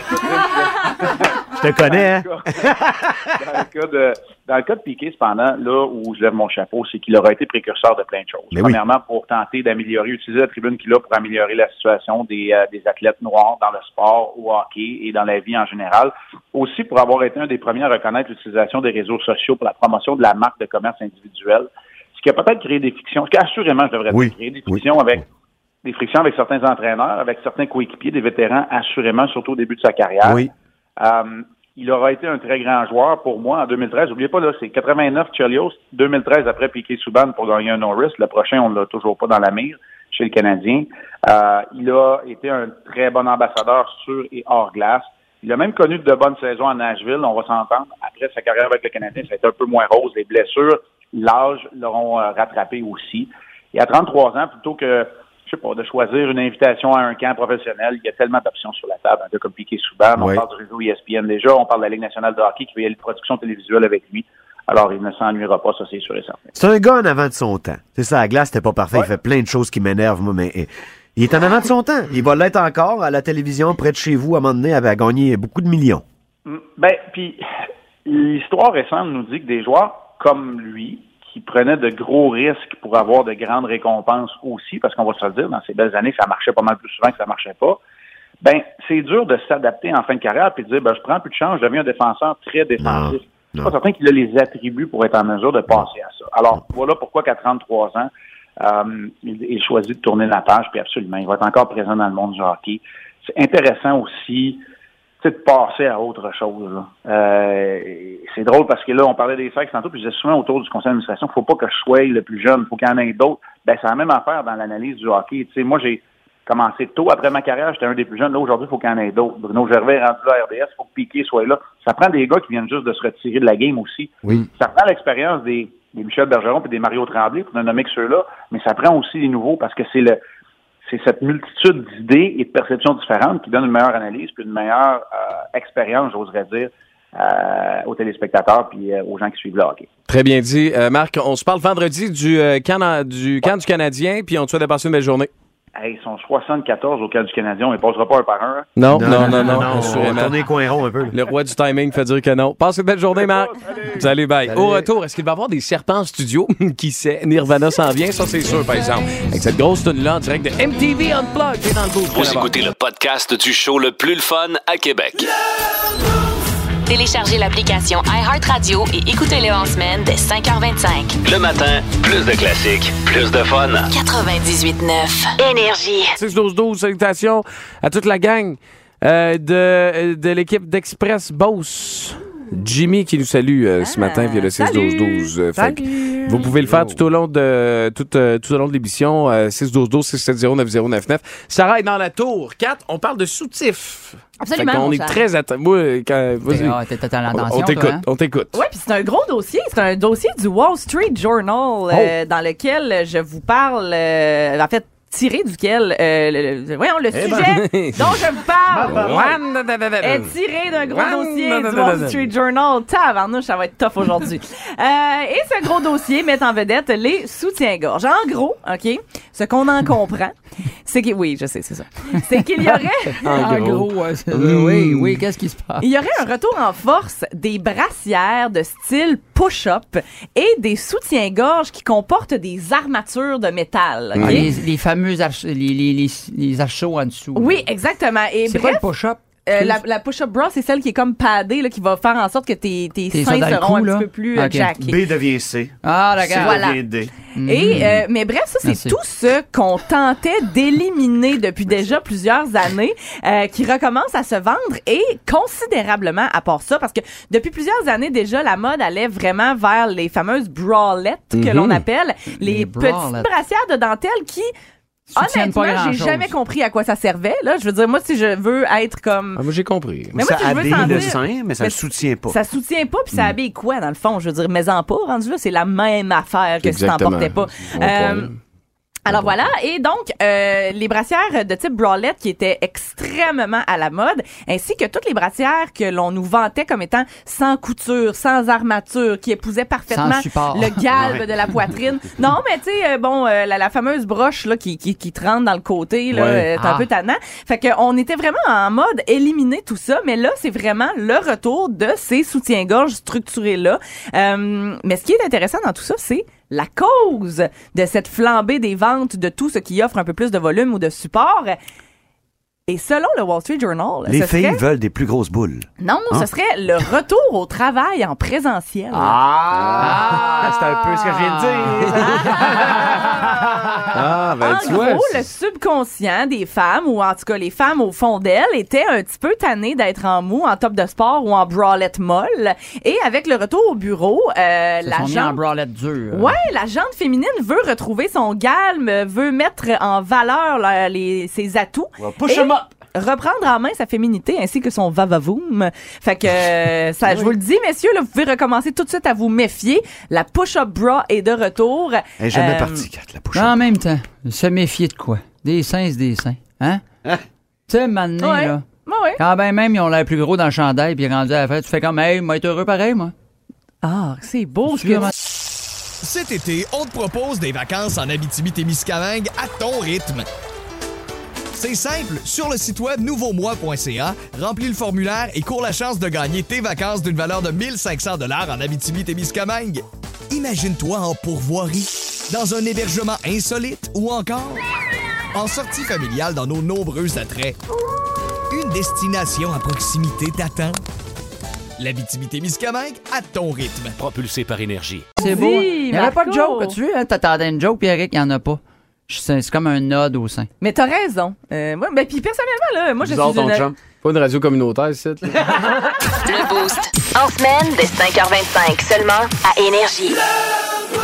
Je te connais, hein?
dans, le cas de, dans le cas de Piqué, cependant, là où je lève mon chapeau, c'est qu'il aura été précurseur de plein de choses.
Mais oui.
Premièrement, pour tenter d'améliorer, utiliser la tribune qu'il a pour améliorer la situation des, euh, des athlètes noirs dans le sport, au hockey et dans la vie en général. Aussi pour avoir été un des premiers à reconnaître l'utilisation des réseaux sociaux pour la promotion de la marque de commerce individuel. Ce qui a peut-être créé des fictions, ce qui assurément, je devrais
Oui.
dire, créé des frictions avec des frictions avec certains entraîneurs, avec certains coéquipiers, des vétérans, assurément, surtout au début de sa carrière.
Ah. Oui.
Euh, il aura été un très grand joueur pour moi en 2013. N'oubliez pas, là, c'est 89 Chelios, 2013 après Piqué Souban pour gagner un Norris. Le prochain, on l'a toujours pas dans la mire chez le Canadien. Euh, il a été un très bon ambassadeur sur et hors glace. Il a même connu de bonnes saisons à Nashville, on va s'entendre. Après sa carrière avec le Canadien, ça a été un peu moins rose. Les blessures, l'âge l'auront euh, rattrapé aussi. Et à 33 ans, plutôt que je sais pas, de choisir une invitation à un camp professionnel, il y a tellement d'options sur la table. Un gars comme Piqué Souban, on
Oui.
parle du réseau E ESPN déjà, on parle de la Ligue nationale de hockey qui veut y aller de production télévisuelle avec lui. Alors, il ne s'ennuiera pas, ça c'est sûr et certain.
C'est un gars en avant de son temps. C'est ça, la glace, c'était pas parfait.
Ouais.
Il fait plein de choses qui m'énervent, moi, mais eh, il est en avant de son temps. Il va l'être encore à la télévision, près de chez vous, à un moment donné, avait gagné beaucoup de millions.
Mm, Ben, puis l'histoire récente nous dit que des joueurs comme lui, qui prenaient de gros risques pour avoir de grandes récompenses aussi, parce qu'on va se le dire, dans ces belles années, ça marchait pas mal plus souvent que ça marchait pas. Ben, c'est dur de s'adapter en fin de carrière puis de dire, ben, je prends plus de chance, je deviens un défenseur très défensif. Je suis pas certain qu'il a les attributs pour être en mesure de passer à ça. Alors, voilà pourquoi qu'à 33 ans, euh, il, il choisit de tourner la page, puis absolument, il va être encore présent dans le monde du hockey. C'est intéressant aussi tu sais, de passer à autre chose. là. Euh, et c'est drôle parce que là, on parlait des sexes tantôt, puis je disais souvent autour du conseil d'administration, faut pas que je sois le plus jeune, faut qu'il y en ait d'autres. Ben, c'est la même affaire dans l'analyse du hockey. Tu sais, moi, j'ai commencé tôt après ma carrière, j'étais un des plus jeunes. Là, aujourd'hui, faut qu'il y en ait d'autres. Bruno Gervais est rendu là à RDS, faut que Piqué soit là. Ça prend des gars qui viennent juste de se retirer de la game aussi.
Oui.
Ça prend l'expérience des, des Michel Bergeron et des Mario Tremblay, pour ne nommer que ceux-là, mais ça prend aussi les nouveaux parce que c'est le c'est cette multitude d'idées et de perceptions différentes qui donne une meilleure analyse puis une meilleure euh, expérience, j'oserais dire, euh, aux téléspectateurs puis euh, aux gens qui suivent le hockey.
Très bien dit. Euh, Marc, on se parle vendredi du, euh, camp, en- du camp du Canadien, puis on te souhaite de passer une belle journée.
Hey, ils sont 74 au cas du Canadien, on ne passera pas un par un. hein.
Non, non, non, non, assurément.
Tourner coin rond un peu. là.
Le roi du timing fait dire que non. Passe une belle journée, Marc. Salut, bye. Au retour, est-ce qu'il va y avoir des serpents en studio? Qui sait? Nirvana s'en vient, ça c'est sûr, par exemple. Avec cette grosse tune-là en direct de MTV Unplugged, t'es dans le boost.
Vous écoutez le podcast du show le plus le fun à Québec.
Téléchargez l'application iHeartRadio et écoutez-le en semaine dès 5h25.
Le matin, plus de classiques, plus de fun.
98.9 Énergie.
6-12-12, salutations à toute la gang euh, de, de l'équipe d'Express Boss. Jimmy qui nous salue euh,
Ah,
ce matin via le 6-12-12. Euh, fait que Vous pouvez le faire tout au long de tout, euh, tout au long de l'émission. euh, 6-12-12-670-9099. Sarah est dans la tour. 4, on parle de soutif.
Absolument,
on
mon
est
cher.
très atta- Moi, euh, quand- vas-y.
Ah, t'es totalement
On-
attention,
On t'écoute,
toi, hein?
on t'écoute.
Oui, puis c'est un gros dossier. C'est un dossier du Wall Street
Oh.
Journal euh, dans lequel je vous parle, euh, en fait, tiré duquel, euh, le, le- voyons, le
Eh ben.
sujet dont je vous parle est
One-
tiré d'un gros
Wan-
dossier
nan- nan-
du
nan-
Wall
nan.
Street Journal. Tabarnouche, ça va être tough aujourd'hui. Euh, et ce gros dossier met en vedette les soutiens-gorge. En gros, OK, ce qu'on en comprend, C'est qu'il- Oui, je sais, c'est ça. C'est qu'il y aurait.
En gros, ouais, c'est-
Mm.
oui, oui, qu'est-ce qui se passe?
Il y aurait un retour en force des brassières de style push-up et des soutiens-gorge qui comportent des armatures de métal. ok?
Ah, les,
Mm.
les fameux arch- les, les, les, les archauds en dessous.
Oui, exactement. Et
C'est
bref,
quoi le push-up?
euh, la, la push-up bra, c'est celle qui est comme padée, là, qui va faire en sorte que tes, tes
Tes
seins
seins dans le
seront
cou,
un
là?
petit peu plus euh,
Ok.
jackés.
B
devient C.
Ah, la Hmm.
C
gare.
Voilà. devient Et, euh, mais bref, ça, c'est
Mm. Merci.
tout ce qu'on tentait d'éliminer depuis déjà plusieurs années, euh, qui recommence à se vendre et considérablement à part ça, parce que depuis plusieurs années déjà, la mode allait vraiment vers les fameuses bralettes que
Mhm.
l'on appelle les,
Les
petites
bralettes.
brassières de dentelle qui,
Soutiennent pas
honnêtement, j'ai
grand-chose.
jamais compris à quoi ça servait. Là, je veux dire, moi, si je veux être comme
Ah, moi, j'ai compris.
Mais moi,
ça
si je veux
habille le
sentir-
sein, mais ça
Mais
le soutient pas. Hmm.
ça soutient pas, puis ça habille quoi, dans le fond? Je veux dire, mais en pas, rendu là, c'est la même affaire que si t'en
Exactement.
portais pas.
Bon
Euh,
point.
alors voilà, et donc euh, les brassières de type bralette qui étaient extrêmement à la mode, ainsi que toutes les brassières que l'on nous vantait comme étant sans couture, sans armature, qui épousaient parfaitement
Sans support.
le galbe
Ouais.
de la poitrine. non, mais tu sais, euh, bon, euh, la, la fameuse broche là qui, qui, qui te rentre dans le côté, là,
Ouais.
euh, t'es un
Ah.
peu tannant. Fait que on était vraiment en mode éliminer tout ça, mais là c'est vraiment le retour de ces soutiens-gorge structurés là. Euh, mais ce qui est intéressant dans tout ça, c'est la cause de cette flambée des ventes de tout ce qui offre un peu plus de volume ou de support. Et selon le Wall Street Journal,
Les
ce
filles
serait,
veulent des plus grosses boules.
non, ce
Hein?
serait le retour au travail en présentiel.
Ah! C'est un peu ce que je viens de dire.
Ah, ben,
en
tu vois.
gros, le subconscient des femmes, ou en tout cas les femmes au fond d'elles, était un petit peu tannées d'être en mou, en top de sport ou en bralette molle. Et avec le retour au bureau, euh,
Ils se sont
la
mis en
jambe
bralette dure.
Ouais, la gente féminine veut retrouver son galme, euh, veut mettre en valeur là, les, ses atouts.
push
Et
'em up.
Reprendre en main sa féminité ainsi que son vavavoom. Fait que euh,
Ben
ça, je vous le dis, messieurs, là, vous pouvez recommencer tout de suite à vous méfier. La push-up bra est de retour.
Elle est jamais
Euh,
partie, Kat, la push
Mais en même temps, se méfier de quoi? Des seins, c'est des seins. Hein? Tu sais, maintenant,
Ouais.
là,
Ouais, ouais.
quand ben même ils ont l'air plus gros dans le chandail, puis rendu à la fête, tu fais comme, hey, m'a été heureux pareil, moi.
Ah, c'est beau.
Tu
ce que-
comment-
Cet été, on te propose des vacances en Abitibi-Témiscamingue à ton rythme. C'est simple, sur le site web nouveaumois.ca, remplis le formulaire et cours la chance de gagner tes vacances d'une valeur de 1500 dollars en Abitibi-Témiscamingue. Imagine-toi en pourvoirie, dans un hébergement insolite ou encore en sortie familiale dans nos nombreux attraits. Une destination à proximité t'attend. L'Abitibi-Témiscamingue à ton rythme.
Propulsé par énergie.
C'est
Dis,
beau. hein? Il n'y avait pas de
Marco.
joke, tu hein? T'attendais une joke, puis Eric, il n'y en a pas. Je sais, C'est comme un nod au sein.
Mais t'as raison. Euh, moi, ben, puis personnellement, là, moi, je
Nous
suis
autres, on
une-
chante.
Pas une radio communautaire, c'est là.
Le Boost. En semaine, dès 5h25, seulement à Énergie.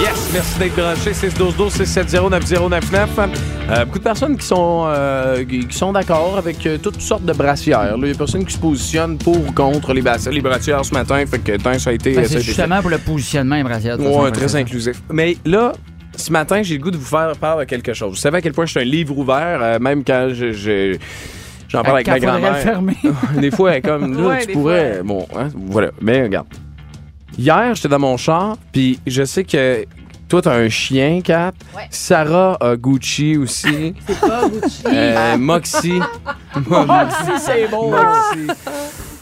Yes, merci d'être branché. 612 670 9099 Euh, beaucoup de personnes qui sont, euh, qui qui sont d'accord avec euh, toutes sortes de brassières. là. Il y a personnes qui se positionnent pour ou contre les, brassières, les brassières ce matin. Fait que tant que ça a été. ça
Ben,
a
c'est
été
justement pour le positionnement, brassière. de toute façon,
Ouais, très
brassière.
inclusif. Mais là, ce matin, j'ai le goût de vous faire part de quelque chose. Vous savez à quel point je suis un livre ouvert, euh, même quand je- je- j'en parle avec
Quand
ma
faudrait le
grand-mère.
fermer.
des fois, elle est comme, là,
Ouais,
tu
des
pourrais. Bon, hein, voilà. Mais regarde. Hier, j'étais dans mon char, puis je sais que toi, t'as un chien, Cap. Sarah a Gucci aussi. C'est pas Gucci. Euh, Moxie. Moxie, c'est bon. Moxie.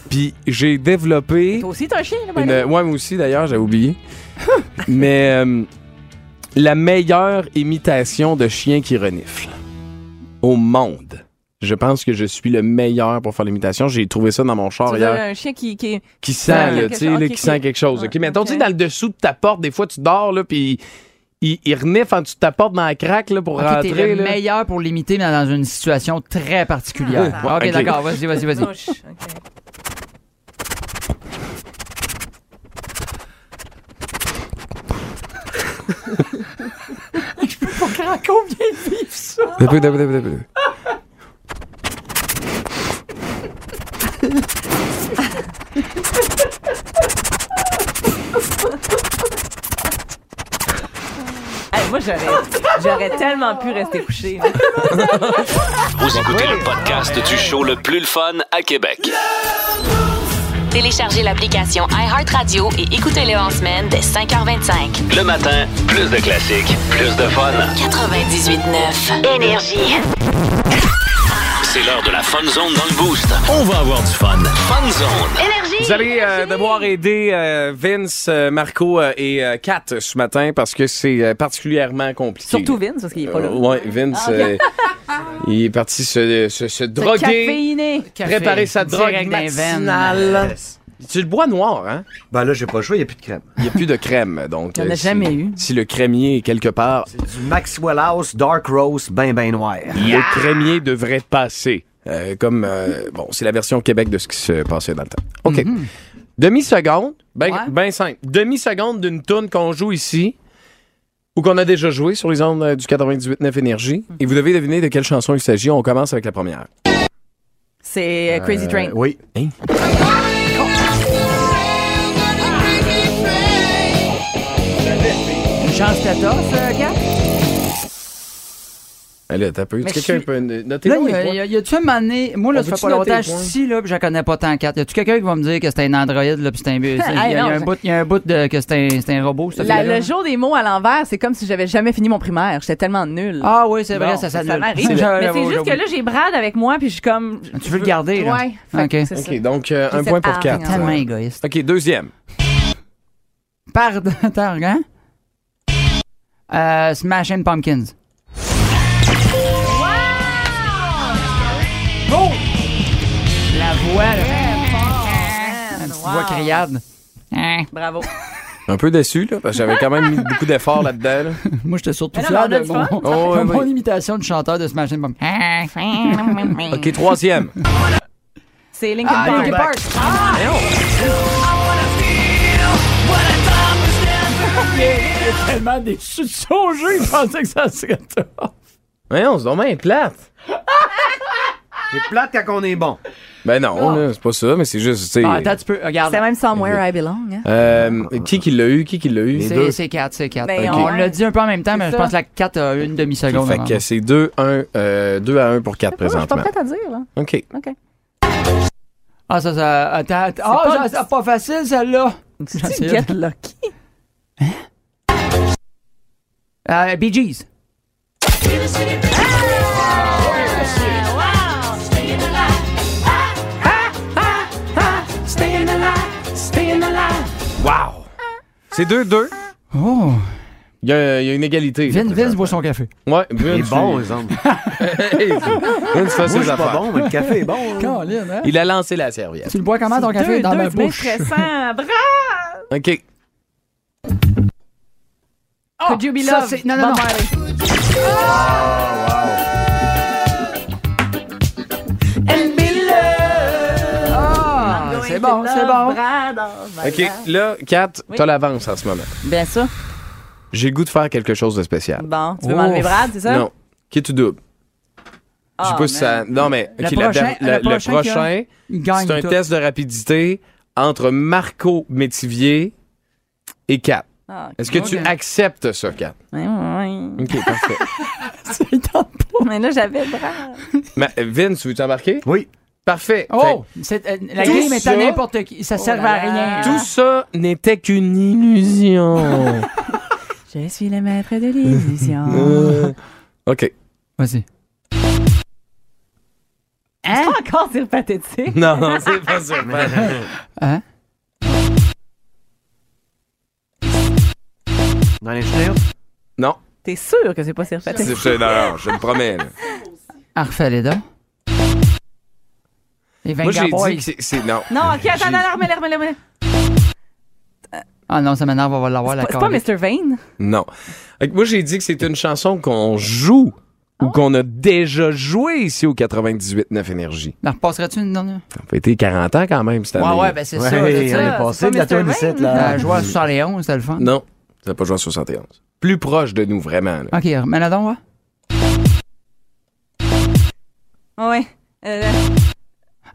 Puis j'ai développé.
Toi aussi, t'as un chien, là,
Une,
Manon?
ouais, moi aussi, d'ailleurs, j'avais oublié. Mais euh, la meilleure imitation de chien qui renifle au monde. Je pense que je suis le meilleur pour faire l'imitation. J'ai trouvé ça dans mon
Tu
char
veux dire,
hier.
un chien qui, qui...
Qui sent, là,
quelque
tu
chose.
sais, là,
Ok,
qui
ok.
sent quelque chose.
Ouais,
OK, mettons,
ok.
tu sais, dans le dessous de ta porte, des fois, tu dors, là, puis il, il renifle en dessous de ta porte dans la craque, là, pour
Ok, t'es
rentrer,
le
là.
meilleur pour l'imiter, mais dans une situation très particulière.
Ah,
ok,
ok.
d'accord, vas-y, vas-y, vas-y.
Non, je- Oh, ok. Hey, moi, j'aurais, j'aurais tellement pu rester couché.
Vous écoutez le podcast du show le plus le fun à Québec.
Téléchargez l'application iHeartRadio et écoutez-le en semaine dès 5h25.
Le matin, plus de classiques, plus de fun.
98.9 Énergie.
C'est l'heure de la Fun Zone dans le Boost. On va avoir du fun. Fun Zone.
Vous allez euh, devoir aider euh, Vince, euh, Marco euh, et euh, Kat ce matin parce que c'est euh, particulièrement compliqué.
Surtout Vince, parce qu'il est pas là. Ah,
Euh, ouais, Vince, euh, il est parti se, se, se droguer.
Caféiné.
Préparer sa drogue
Direct dans les veines.
matinale. Tu le bois noir, hein?
Ben là, j'ai pas le choix, il n'y a plus de crème.
Il n'y a plus de crème, donc.
Il y en a
euh, si-
jamais eu.
Si le crémier est quelque part,
Du Maxwell House Dark Rose, ben ben noir.
le crémier devrait passer. Euh, comme, euh, bon, c'est la version Québec de ce qui se passait dans le temps. OK.
Mhm.
Demi-seconde, ben,
Ouais.
ben simple. Demi-seconde d'une toune qu'on joue ici ou qu'on a déjà joué sur les ondes euh, du 98.9 Énergie. Et vous devez deviner de quelle chanson il s'agit. On commence avec la première. Hein?
C'est euh, Crazy Train.
Oui.
Jean Statos, euh, Gap?
Allez, t'as peu.
Mais
Quelqu'un
je-
peut noter
Là,
les
y a-
points.
y a- y a-tu un moment donné... Moi, là,
On
ça
veut-tu
fait pas
noter
longtemps,
les
je
points?
suis ici, là, puis je la connais pas tant, 4. Y a-tu quelqu'un qui va me dire que c'est un Android, là, puis c'est un... Il y, a-
Hey,
y a
non,
un
je-
bout- y a un bout de... que c'est un, c'est un robot, cette
La-
fille-là.
le jour des mots à l'envers, c'est comme si j'avais jamais fini mon primaire. J'étais tellement nulle.
Ah oui, c'est vrai,
Bon,
ça
ça
s'annule.
m'arrive.
Je-
Mais c'est
je-
juste que là, j'ai Brad avec moi, puis je suis comme.
Ah, Tu veux le garder, là?
Ouais. Fait que
Ok.
c'est ça.
OK, donc euh, un
J'essaie
point
de-
pour
ah,
quatre.
Tellement égoïste.
OK, deuxième.
Pardon, attends, regarde. Euh, Smashing Pumpkins. Wow! La voix, là. La petite voix criarde. Hein.
Bravo.
Un peu déçu, là, parce que j'avais quand même mis beaucoup d'efforts là-dedans. là.
Moi, j'étais surtout
Mais non,
fier
mais on a
de
du
mon,
fun. Hein?
Oh, ouais,
de mon
ouais.
imitation de chanteur de Smashing Pumpkins.
OK, troisième.
C'est Linkin Park.
Ah, Linkin Park.
Ah,
Tellement déçu de son jeu, il pensait que ça serait toi.
Voyons, c'est donc bien plate.
C'est plate quand on est bon.
Ben non, là, c'est pas ça, mais c'est juste, tu sais,
Bah,
Ah, attends, tu peux, regarde.
C'est même Somewhere I Belong. hein.
euh, qui qui l'a eu, qui qui l'a eu?
C'est c'est 4, c'est 4.
Ben,
On
on-
l'a dit un peu en même temps, mais
C'est
je
ça.
pense que la 4 a une demi-seconde.
Fait
avant.
que c'est 2 à 1 pour 4
Oh, je suis pas
présentement.
prête à dire, là.
OK.
OK.
Ah, ça, ça. Attends, attends. Ah,
pas-
ça, c'est pas facile, celle-là. J'en
C'est
sais
Get Lucky.
rien. Euh, Bee Gees.
Wow! C'est 2-2.
Oh.
Il y, a il y a une égalité.
Vince, Vince boit son café.
Ouais, Vince.
Il est bon,
lui.
les hommes.
Vince
Moi, je
fait ses
suis pas
affaires.
bon, mais le café est bon. hein.
Caroline, hein?
Il a lancé la serviette.
Tu le bois comment ton café?
Deux,
Dans ma
deux, c'est bien
bouche.
stressant. Bravo.
OK.
Could you be
Ah! ça,
loved?
c'est- non, non,
Bob
non.
Marley.
Ah, c'est bon, c'est bon.
OK, là, 4, t'as l'avance en ce moment.
Bien sûr.
J'ai le goût de faire quelque chose de spécial.
Bon, tu veux
Oh.
m'enlever Brad, c'est ça? Ah,
Non. Qui est tout double? Je sais pas si ça. Non, mais.
Le
OK, la
prochain-
der- la-
le prochain
le
qui a-
prochain
Il gagne.
C'est un
tout.
test de rapidité entre Marco Métivier et Kat.
Ah, ok.
Est-ce que tu
Ok.
acceptes ça, Kat?
Ouais, ouais.
OK, parfait.
Il tente pas.
Mais là, j'avais Brad.
Ma- Vince, veux-tu embarquer?
Oui.
Parfait.
Oh! c'est- euh, la
Tout
game est
ça-
à n'importe qui. Ça sert
Oh là
à
là.
rien.
Fait que tout ça n'était qu'une illusion.
Je suis le maître de l'illusion.
Euh, OK.
Vas-y.
Hein? Encore dire pathétique.
Non, c'est pas ça.
Hein?
Dans les chenilles.
Non.
T'es sûr que c'est pas dire
C'est-
pathétique?
c'est- non, non, je le promets. là.
Arfait les dents. Les
Moi, j'ai
24 boys.
dit que c'est- c'est. Non.
Non, ok, attends,
J'ai-
attends, remets-le, remets-le, remets-le.
Ah non, ça m'énerve, on va l'avoir la
C'est pas
corde.
Mr. Vane?
Non. Fait que Moi, j'ai dit que c'est une chanson qu'on joue
Ah
ou qu'on a déjà joué ici au 98.9 Énergie.
La repasserais-tu une dernière?
Ça fait été 40 ans quand même cette année. Mm.
Ouais, ouais, ben c'est
Ouais,
ça. Ben, c'est
on
ça.
est passé de la
c'est pas Mr.
tournée
Vane,
7,
La
là.
joueur à 71, c'était le fun.
Non, ça n'a pas joué en 71. Plus proche de nous, vraiment. là.
Ok, remets la donc, ouais.
Ouais. Euh,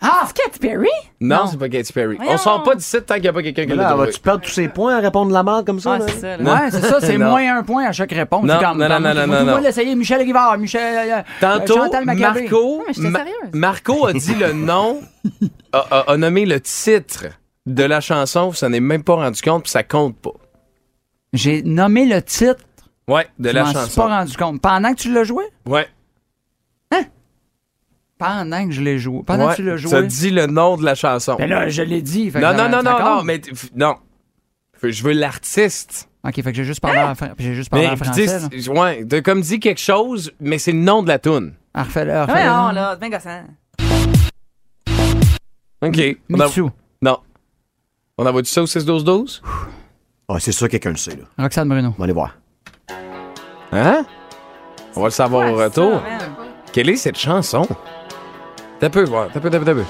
Ah!
c'est Katy Perry?
Non,
Non.
c'est pas Katy Perry.
Voyons.
On sort pas d'ici tant qu'il n'y a pas quelqu'un qui
Mais
l'a
Là,
trouvé.
vas-tu perdre tous ses points à répondre la merde comme ça?
Ah,
là?
c'est ça. là.
Ouais, c'est ça, c'est
Non.
moins un point à chaque réponse.
Non,
C'est comme-
non, non,
comme-
non,
faut
non,
toujours
non.
l'essayer, Michel Rivard, Michel. euh,
Tantôt,
euh, Chantal Maccabé.
Marco,
mais j'étais
Ma-
sérieuse.
Marco a dit le nom, a, a- a nommé le titre de la chanson, vous s'en êtes même pas rendu compte, puis ça compte pas.
J'ai nommé le titre.
Ouais, de
je
la
m'en suis
chanson.
pas rendu compte. Pendant que tu l'as joué?
Ouais.
Pendant que je l'ai joué. Pendant
Ouais.
que tu l'as joué.
Ça dit le nom de la chanson.
Ben là, je l'ai dit, fait que
Non,
ça-
non, non,
ça
non,
compte.
non, mais t- f- non. F- Je veux l'artiste. Hein?
OK, fait que j'ai juste parlé en fran- j'ai juste parlé en français, là.
dis- ouais, de- comme dit quelque chose, mais c'est le nom de la toune.
Ah, refais-le, refais-le.
Ouais, non, là, ben gossant.
OK. On a- Non. On envoie du ça au 6-12-12?
Ah, c'est sûr, quelqu'un le sait, là.
Roxane Bruno.
On va aller voir.
Hein? On va le savoir au retour. Quelle est cette chanson? T'as peu, voir. T'as peu, t'as peu, t'as peu.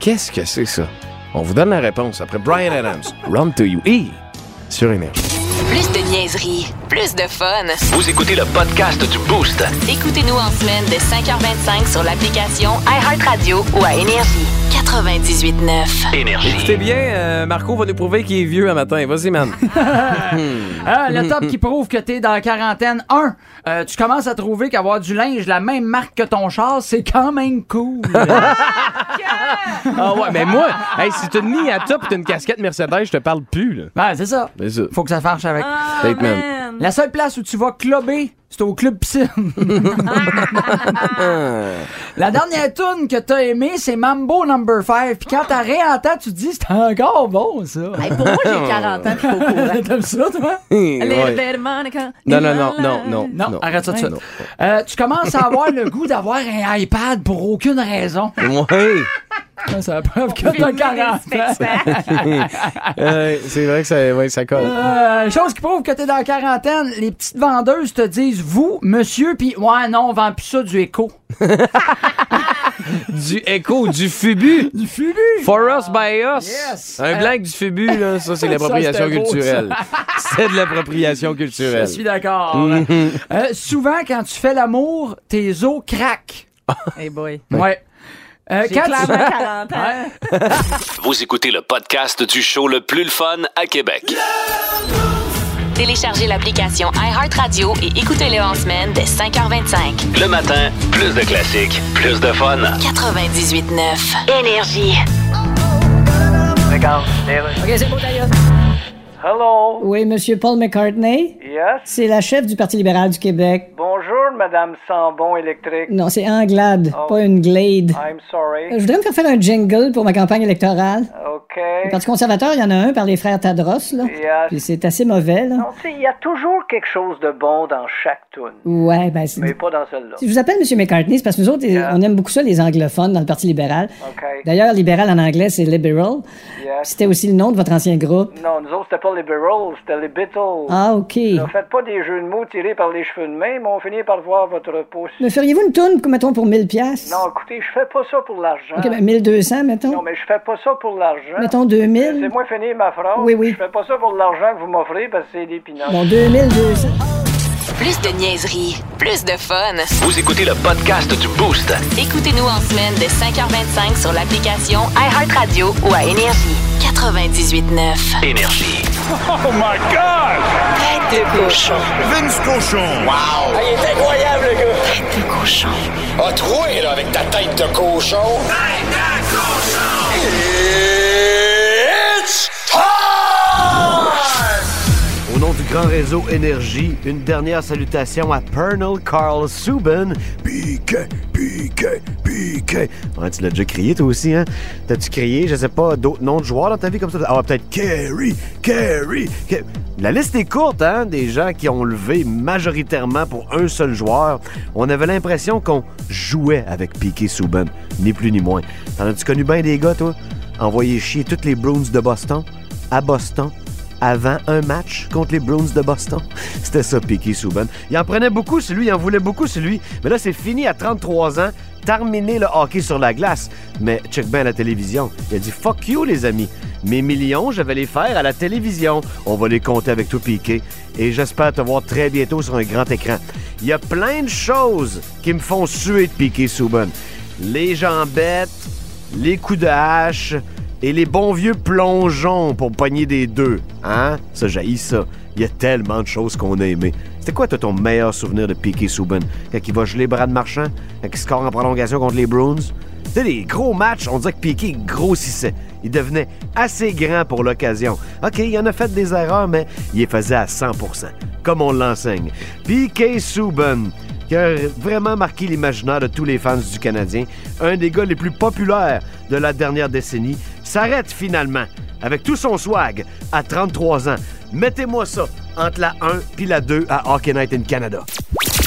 Qu'est-ce que c'est ça? On vous donne la réponse après Brian Adams. Run to you. E. Sur Énergie.
Plus de niaiserie, plus de fun.
Vous écoutez le podcast du Boost.
Écoutez-nous en semaine de 5h25 sur l'application iHeartRadio ou à Énergie. 98.9.
Énergie. C'est bien, euh, Marco va nous prouver qu'il est vieux un matin. Vas-y, man.
Ah, le top qui prouve que t'es dans la quarantaine. Un, euh, tu commences à trouver qu'avoir du linge de la même marque que ton char, c'est quand même cool.
Ah ouais, mais moi, hey, si t'as une mis à top et t'as une casquette Mercedes, je te parle plus, là.
Ben, c'est ça.
C'est ça.
Faut que ça marche avec.
Ah,
Statement.
La seule place où tu vas clubber, c'est au club piscine. la dernière tune que t'as aimée, c'est Mambo Number 5. Puis quand t'as réentends, tu te dis, c'est encore bon, ça.
pour moi, j'ai 40 ans, puis pas au courant.
T'aimes ça, toi?
Les
Ouais.
vêtements, les can-
Non, non, non, non, non.
Non, arrête ça tout de suite.
Non.
Euh, tu commences à avoir le goût d'avoir un iPad pour aucune raison.
Ouais.
Ça, C'est la preuve que t'as 40
Euh, c'est vrai que ça, ouais, ça colle.
Euh, chose qui prouve que t'es dans la quarantaine, les petites vendeuses te disent vous, monsieur, puis ouais, non, on vend plus ça du écho.
Du écho, du fubu.
Du fubu!
For us by us.
Yes. Euh,
Un blanc du fubu, là, ça, c'est l'appropriation
Ça, c'était beau,
culturelle. C'est de l'appropriation
Je
culturelle. Mm-hmm.
suis d'accord. Euh, souvent, quand tu fais l'amour, tes os craquent.
Hey boy.
Ouais. Euh,
J'ai
quand tu-
clairement 40 ans.
Ouais.
Vous écoutez le podcast du show le plus le fun à Québec.
Téléchargez l'application iHeartRadio et écoutez-le en semaine de 5h25.
Le matin, plus de classiques, plus de fun.
98.9. Énergie.
Regarde, Hello.
Oui, Monsieur Paul McCartney.
Yes.
C'est la chef du Parti libéral du Québec.
Bonjour, Madame Sambon électrique.
Non, c'est Anglade,
Oh.
pas une Glade.
I'm sorry.
Je voudrais me faire faire un jingle pour ma campagne électorale.
OK.
Le Parti conservateur, il y en a un par les frères Tadros, là.
Yes.
Puis c'est assez mauvais, là.
Non, tu sais, il y a toujours quelque chose de bon dans chaque tune.
Ouais, ben c'est...
Mais pas dans celle-là.
Si je vous appelle M. McCartney, c'est parce que nous autres, on aime beaucoup ça, les anglophones, dans le Parti libéral.
OK.
D'ailleurs, libéral en anglais, c'est liberal.
Yes.
C'était aussi le nom de votre ancien groupe.
Non, nous autres, c'était pas les Beatles, c'était les Beatles.
Ah, OK.
Ne faites pas des jeux de mots tirés par les cheveux de main, mais on finit par voir votre pouce.
Me feriez-vous une tourne, mettons, pour 1000 pièces
Non, écoutez, je fais pas ça pour l'argent.
OK, ben 1200, mettons.
Non, mais je fais pas ça pour l'argent.
Mettons 2000.
C'est moi finir ma phrase.
Oui, oui.
Je fais pas ça pour l'argent que vous m'offrez parce que c'est des pinottes.
Bon, 2200.
Plus de niaiserie, plus de fun.
Vous écoutez le podcast du Boost.
Écoutez-nous en semaine de 5h25 sur l'application iHeartRadio ou à Énergie. 98.9.
Énergie.
Vince Cochon. Wow! Ah,
il est incroyable, le gars!
A Ah, troué, là, avec ta tête de cochon. Tête de cochon! It's
Au nom du grand réseau Énergie, une dernière salutation à Pernal Carl Subban. Pique, pique, pique. Ouais, tu l'as déjà crié, toi aussi, hein? T'as-tu crié, je sais pas, d'autres noms de joueurs dans ta vie comme ça? Ah, ouais, peut-être Kerry, Kerry. Ke- La liste est courte, hein? Des gens qui ont levé majoritairement pour un seul joueur. On avait l'impression qu'on jouait avec Piqué Subban, ni plus ni moins. T'en as-tu connu bien des gars, toi? Envoyer chier toutes les Bruins de Boston, à Boston, avant un match contre les Bruins de Boston. C'était ça, Piqué Souban. Il en prenait beaucoup, celui, il en voulait beaucoup, celui. Mais là, c'est fini à 33 ans, terminé le hockey sur la glace. Mais check bien la télévision. Il a dit fuck you, les amis. Mes millions, je vais les faire à la télévision. On va les compter avec tout Piqué. Et j'espère te voir très bientôt sur un grand écran. Il y a plein de choses qui me font suer de Piqué Souban. Les jambettes, les coups de hache et les bons vieux plongeons pour pogner des deux. Hein? Ça jaillit ça. Il y a tellement de choses qu'on a aimées. C'était quoi, toi, ton meilleur souvenir de Piqué Souban? Quand il va geler Brad Marchand? Quand il score en prolongation contre les Bruins? Tu sais, les gros matchs, on dirait que Piqué grossissait. Il devenait assez grand pour l'occasion. OK, il en a fait des erreurs, mais il les faisait à 100 comme on l'enseigne. Piqué Souban, qui a vraiment marqué l'imaginaire de tous les fans du Canadien, un des gars les plus populaires de la dernière décennie, s'arrête finalement avec tout son swag à 33 ans. Mettez-moi ça entre la 1 puis la 2 à Hockey Night in Canada.
Tête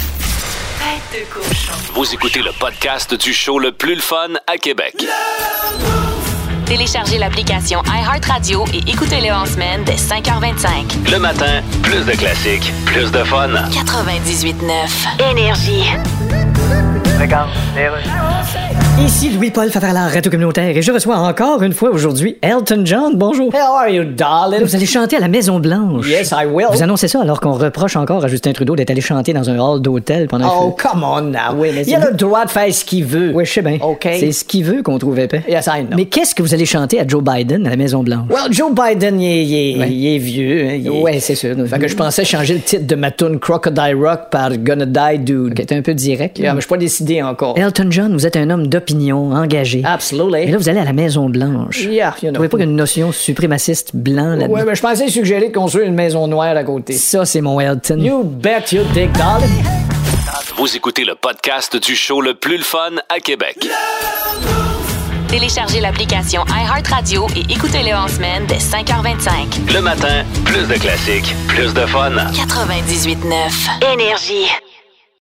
de cochon.
Vous écoutez le podcast du show le plus le fun à Québec.
Téléchargez l'application iHeartRadio et écoutez-le en semaine dès 5h25.
Le matin, plus de classiques, plus de fun.
98.9 Énergie.
Ici Louis-Paul Favarlard, Radio Communautaire, et je reçois encore une fois aujourd'hui Elton John. Bonjour. How are you, darling? Vous allez chanter à la Maison Blanche.
Yes, I will.
Vous annoncez ça alors qu'on reproche encore à Justin Trudeau d'être allé chanter dans un hall d'hôtel pendant
Oh,
que...
come on now.
Oui, mais
Il a
c'est-
le droit de faire ce qu'il veut.
Oui, je sais bien.
OK.
C'est ce qu'il veut qu'on trouve épais.
Yes, I know.
Mais qu'est-ce que vous allez chanter à Joe Biden à la Maison-Blanche?
Well, Joe Biden, il est, il est-
Ouais.
il est vieux. hein, il est-
Ouais, c'est sûr.
Fait que je pensais changer le titre de ma tune Crocodile Rock par Gonna Die Dude.
T'es un peu direct. là.
Yeah, mais je suis pas décidé encore.
Elton John, vous êtes un homme d'opinion, engagé.
Absolutely.
Et là, vous allez à la Maison-Blanche.
Yeah, you
Vous
know.
trouvez pas qu'une notion suprémaciste blanc là-dedans?
Ouais, mais je pensais suggérer de construire une maison noire à côté.
Ça, c'est mon Elton.
You bet you dick, darling.
Vous écoutez le podcast du show le plus le fun à Québec.
Téléchargez l'application iHeartRadio et écoutez-le en semaine dès 5h25.
Le matin, plus de classiques, plus de fun.
98.9 Énergie.